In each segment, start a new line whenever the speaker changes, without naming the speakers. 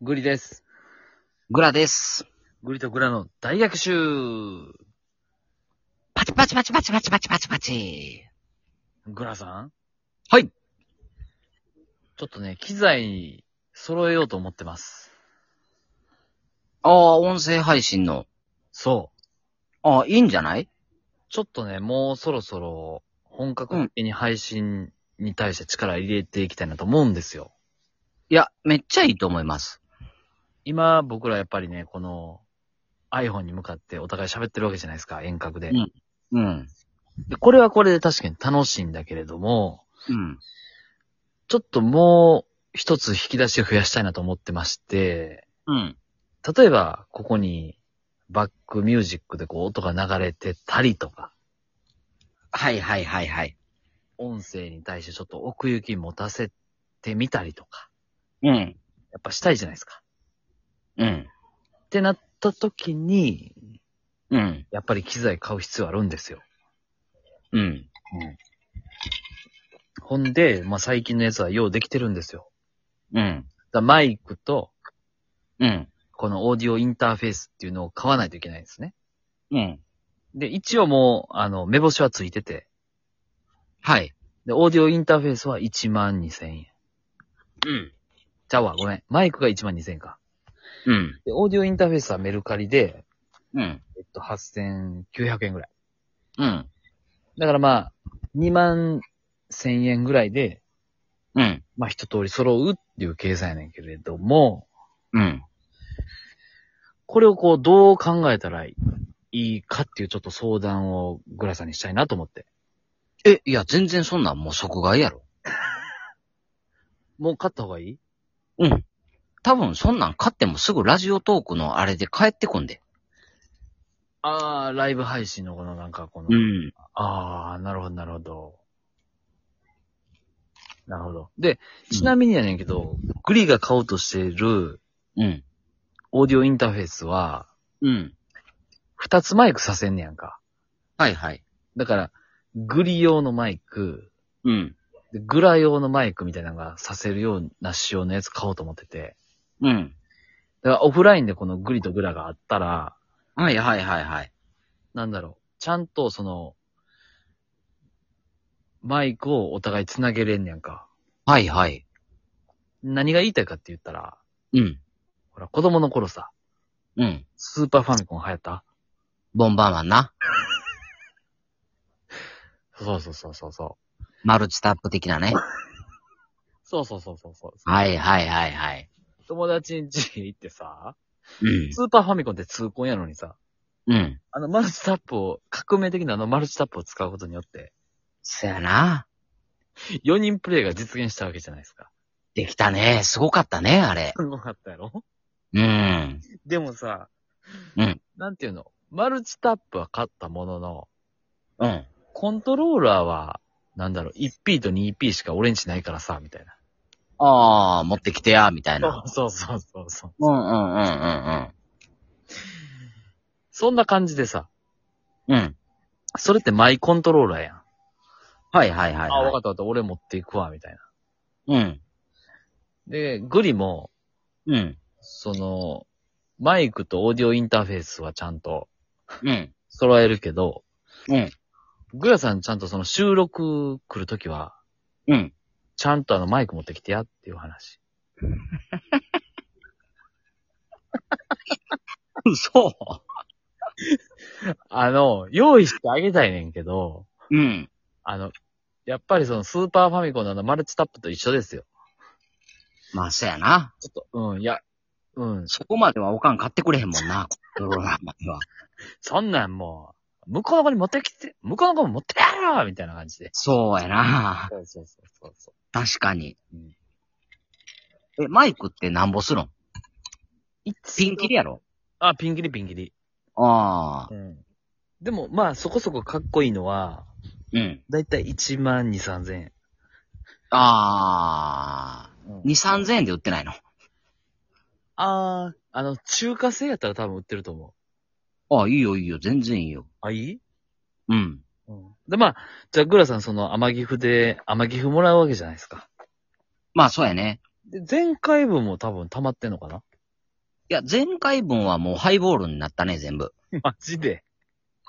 グリです。
グラです。
グリとグラの大逆襲
パチパチパチパチパチパチパチパチ。
グラさん
はい。
ちょっとね、機材揃えようと思ってます。
ああ、音声配信の。
そう。
ああ、いいんじゃない
ちょっとね、もうそろそろ本格的に配信に対して力入れていきたいなと思うんですよ。
いや、めっちゃいいと思います。
今僕らやっぱりね、この iPhone に向かってお互い喋ってるわけじゃないですか、遠隔で。
うんうん。
でこれはこれで確かに楽しいんだけれども、
うん。
ちょっともう一つ引き出しを増やしたいなと思ってまして、
うん。
例えば、ここに、バックミュージックでこう音が流れてたりとか、
はいはいはいはい。
音声に対してちょっと奥行き持たせてみたりとか、
うん。
やっぱしたいじゃないですか。
うん。
ってなった時に、
うん。
やっぱり機材買う必要あるんですよ。
うん。
ほんで、まあ、最近のやつはようできてるんですよ。
うん。
だからマイクと、
うん。
このオーディオインターフェースっていうのを買わないといけないんですね。
うん。
で、一応もう、あの、目星はついてて、
はい。
で、オーディオインターフェースは12,000円。
うん。
ちゃうわ、ごめん。マイクが12,000円か。
うん。
で、オーディオインターフェースはメルカリで、
うん。
えっと、8900円ぐらい。
うん。
だからまあ、2万1000円ぐらいで、
うん。
まあ一通り揃うっていう計算やねんけれども、
うん。
これをこう、どう考えたらいいかっていうちょっと相談をグラさんにしたいなと思って。
え、いや、全然そんなんもう即買いやろ。
もう買った方がいい
うん。多分そんなん買ってもすぐラジオトークのあれで帰ってこんで。
あー、ライブ配信のこのなんかこの、
うん。
あー、なるほど、なるほど。なるほど。で、ちなみにやねんけど、グリが買おうとしている
うん。
オーディオインターフェースは、
うん。
二つマイクさせんねやんか。
はいはい。
だから、グリ用のマイク、
うん。
でグラ用のマイクみたいなのがさせるような仕様のやつ買おうと思ってて。
うん。
だからオフラインでこのグリとグラがあったら、
はいはいはいはい。
なんだろう、ちゃんとその、マイクをお互い繋げれんねやんか。
はいはい。
何が言いたいかって言ったら、
うん。
ほら、子供の頃さ、
うん。
スーパーファミコン流行った
ボンバーマンな。
そうそうそうそうそう。
マルチタップ的なね。
そうそうそうそうそう。
はいはいはいはい。
友達ん家行ってさ、
うん。
スーパーファミコンって痛恨やのにさ、
うん。
あの、マルチタップを、革命的なあのマルチタップを使うことによって、
そやな。
4人プレイが実現したわけじゃないですか。
できたね。すごかったね、あれ。
すごかったやろ
うん。
でもさ、
うん。
なんていうのマルチタップは買ったものの、
うん。
コントローラーは、なんだろう、1P と 2P しか俺んちないからさ、みたいな。
ああ、持ってきてや、みたいな。
そうそうそうそう。
うんうんうんうん
そんな感じでさ、
うん。うん。
それってマイコントローラーやん。
はいはいはい、はい。
あ、わかったわかった、俺持っていくわ、みたいな。
うん。
で、グリも、
うん。
その、マイクとオーディオインターフェースはちゃんと
うん。
揃えるけど、
うん。
グラさんちゃんとその収録来るときは、
うん。
ちゃんとあのマイク持ってきてやっていう話。
そ
あの、用意してあげたいねんけど、
う。うん。
あの、やっぱりそのスーパーファミコンのあのマルチタップと一緒ですよ。
まあ、そやな。
ちょっと、うん、いや、うん、
そこまではおかん買ってくれへんもん な。コントローラーまでは。
そんなんもう、向こうの子に持ってきて、向こうの子も持ってやろみたいな感じで。
そうやな。
そうそうそうそうそ
確かに
うん。
え、マイクってなんぼするん
う。
ピンキリやろ
あ、ピンキリピンキリ。
ああ。
うん。でも、まあ、そこそこかっこいいのは、
うん。
だいたい1万2、3000円。
ああ。
うん
2、3000円で売ってないの。
あー、あの、中華製やったら多分売ってると思う。
ああ、いいよいいよ。全然いいよ。
あ、いい
うん。
で、まあ、じゃあ、グラさん、その、甘ギフで、甘ギフもらうわけじゃないですか。
まあ、そうやね。
で前回分も多分溜まってんのか ない
や、前回分はもうハイボールになったね、全部。
マジで。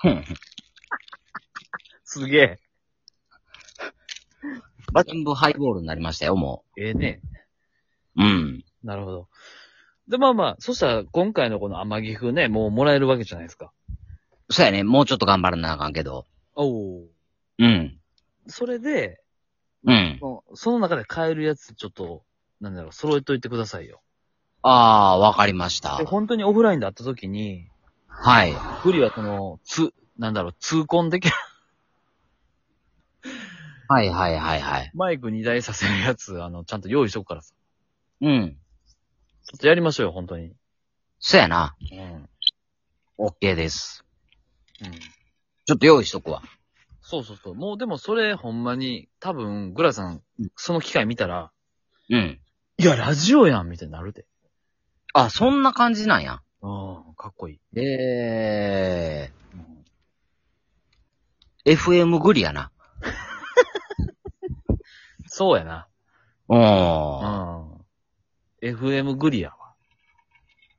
うん
すげえ。
全部ハイボールになりましたよ、も
ええね。
う。うん。
なるほど。で、まあまあ、そしたら今回のこの天城風ね、もうもらえるわけじゃないですか。
そうやね、もうちょっと頑張らなあかんけど。
おお。
うん。
それで、
うん。
もうその中で買えるやつちょっと、なんだろう、揃えといてくださいよ。
ああ、わかりました
で、。本当にオフラインで会った時に、
はい。
不利はその、つ、なんだろう、痛恨できる。
はいはいはいはい。
マイク2台させるやつ、あの、ちゃんと用意しとくからさ。
う
ち
ん。
ょっとやりましょうよ、本当に。
そうやな。
うん。うん。
オッケーです。ちょっと用意しとくわ。
そうそうそう。もうでもそれ、ほんまに、多分、グラさん、その機会見たら、
うん。
いや、ラジオやんみたいになるで。
あ、そんな感じなんや。
うん、かっこいい。
え
うん
ー、FM グリやな。
そうやな。
おー。
うん。FM グリア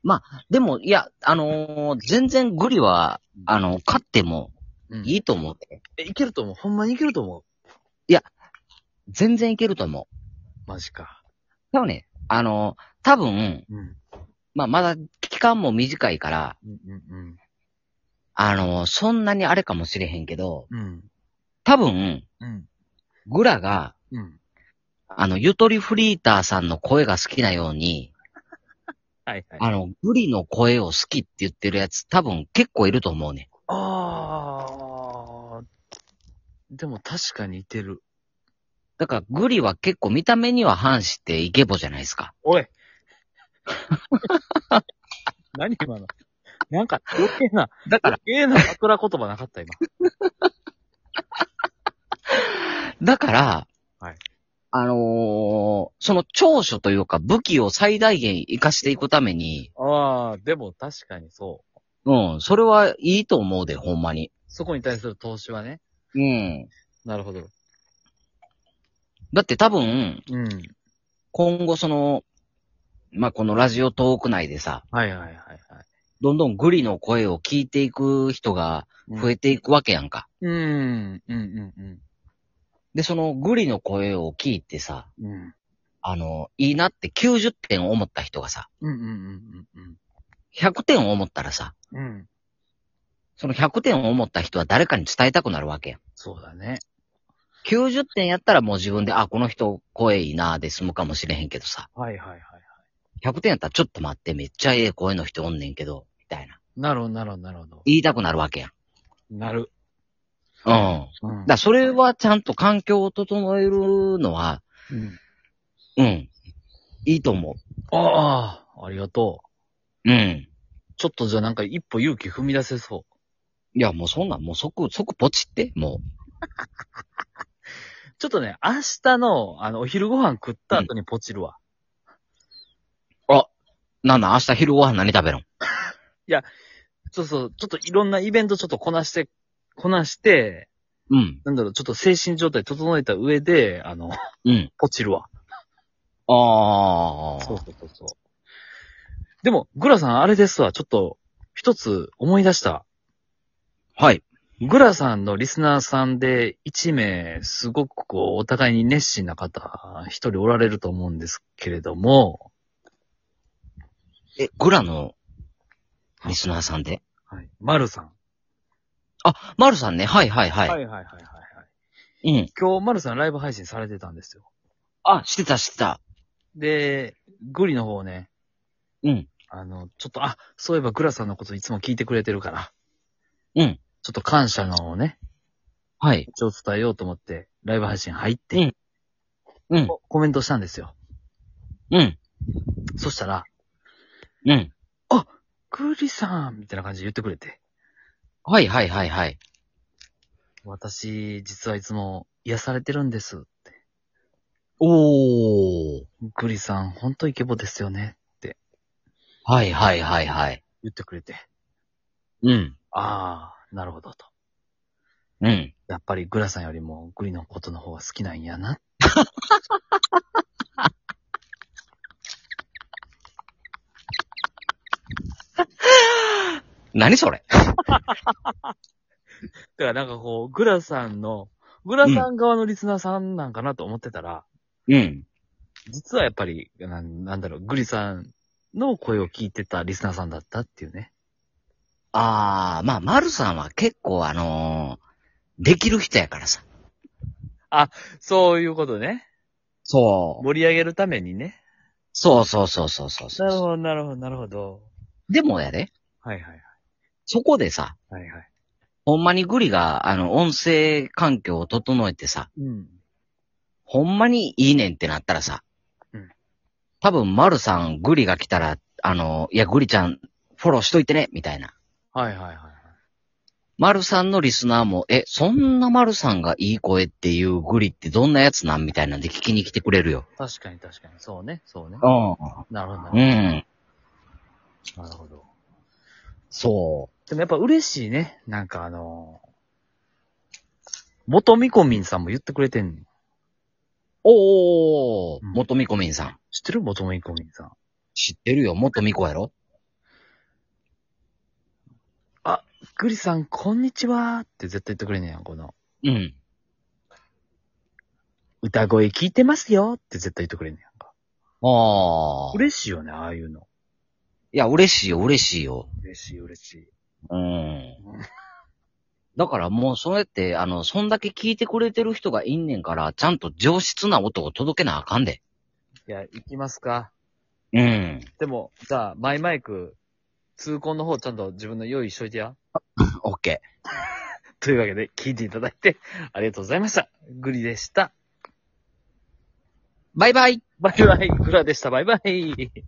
は。
でも、いや、あのー全然グリは、あの、勝っても
うん
いいと思うで。
え、いけると思う。ほんまにいけると思う。
全然いけると思う。
マジか。
でもね、あのー多分、
うん。
まあ、まだ期間も短いから、
うん、うん、
あのーそんなにあれかもしれへんけど、
うん。うん。
多分、
うん。
グラが、
うん。
あの、ゆとりフリーターさんの声が好きなように、
はいはい。
あの、グリの声を好きって言ってるやつ、多分結構いると思うね。
あー。でも確かに似てる。
だから、グリは結構見た目には反してイケボじゃないですか。
おい 何今のなんか余計な、
だから、
余計な枕言葉なかった今。
だから、
はい
あのーその長所というか武器を最大限活かしていくために、
あー、でも確かにそう。
うん、それはいいと思うで、ほんまに。
そこに対する投資はね。
うん。
なるほど。
だって多分、
うん。
今後その、まあ、このラジオトーク内でさ、
はいはいはいはい。
どんどんグリの声を聞いていく人が増えていくわけやんか。
うん、うん、うん、
で、そのグリの声を聞いてさ、
うん。うん。
あの、いいなって90点思った人がさ、
うん、うん、うん、うん
100点思ったらさ、
うん。うん。
その100点思った人は誰かに伝えたくなるわけやん。
そうだね。
90点やったらもう自分で、あ、この人声いいなーで済むかもしれへんけどさ、
はいはいはい。
100点やったらちょっと待って、めっちゃええ声の人おんねんけど、みたいな。
なるほど、なるほど、なるほど。
言いたくなるわけやん。
なる。
うん。だか
うん
らそれはちゃんと環境を整えるのは、
うん
うん。いいと思
ああ、ありがとう。
う。うん。
ちょっとじゃあなんか一歩勇気踏み出せそ
いや、もうそんなん、もう即、即ポチって、も
う。ちょっとね、明日の、あの、お昼ご飯食った後にポチるわ。
う。なんなん、明日昼ご飯何食べるん
そうそう、ちょっといろんなイベントちょっとこなして、こなして、
うん。
なんだろう、ちょっと精神状態整えた上で、あの、
うん。
ポチるわ。
ああ。
そうそうそうそう。でも、グラさんあれですわ、ちょっと、一つ思い出した。
はい。
グラさんのリスナーさんで1名、すごくこう、お互いに熱心な方、一人おられると思うんですけれども、
え、グラの、リスナーさんで。
はい、マルさん。
あ、マルさんね。はいはいはい。
いはいはいはい。
うん。
今日、マルさんライブ配信されてたんですよ。
あ、してたしてた。
で、グリの方ね、
うん。
あの、ちょっと、あ、そういえばグラさんのこといつも聞いてくれてるから。
うん。
ちょっと感謝のね、
はい。
一応伝えようと思って、ライブ配信入って、
うんうん。
ココメントしたんですよ。
うん。
そしたら、
うん。
グリさんみたいな感じで言ってくれて。
はいはいはいはい。
私、実はいつも癒されてるんですって。
おー。
グリさん、ほんとイケボですよね。
はいはいはいはい。
言ってくれて。
うん。
ああ、なるほどと。
うん。
やっぱりグラさんよりもグリのことの方が好きなんやな。
何それ
だからなんかこう、グラさんの、グラさん側のリスナーさんなんかなと思ってたら、
うん。
実はやっぱりなん、なんだろう、グリさんの声を聞いてたリスナーさんだったっていうね。
あー、まあ、丸さんは結構あのーできる人やからさ。
そういうことね。
そう。
盛り上げるためにね。
そうそうそうそうそう
なるほ
そ
ど、
う。
なるほど、なるほど。
でもやで、
はいはい
そこでさ、
はい。はいはい。
ほんまにグリが、あの、音声環境を整えてさ、
うん。
ほんまにいいねんってなったらさ、
うん
多分、丸さん、グリが来たら、あの、いや、グリちゃん、フォローしといてね、みたいな。
はいはいはいはい。
丸さんのリスナーも、え、そんな丸さんがいい声っていうグリってどんなやつなんみたいなんで聞きに来てくれるよ。
確かに確かに。そうね、そうね。
う
なるほど、なる
ん。う
ほど。
ん。
なるほど。
そ
でもやっぱ嬉しいね。なんかあの元みこみんさんも言ってくれてんの。
う。おー、
うん
元みこみんさん。
知ってる元みこみんさん。
知ってるよ、元みこやろ
グリさん、こんにちはって絶対言ってくれんねやん、この。
うん。
歌声聞いてますよって絶対言ってくれんねやんか。
あー。
嬉しいよね、ああいうの。
いや、嬉しいよ、嬉しいよ。
嬉しい、嬉しい。
うん。だからもうそれって、あの、そんだけ聞いてくれてる人がいんねんから、ちゃんと上質な音を届けなあかんで。
いや、行きますか。
うん。
でも、じゃあ、マイマイク、通行の方ちゃんと自分の用意しといてや。
オッケー。
というわけで、聞いていただいて、ありがとうございました。グリでした。
バイバイ
バイバイ、グラでした。バイバイ。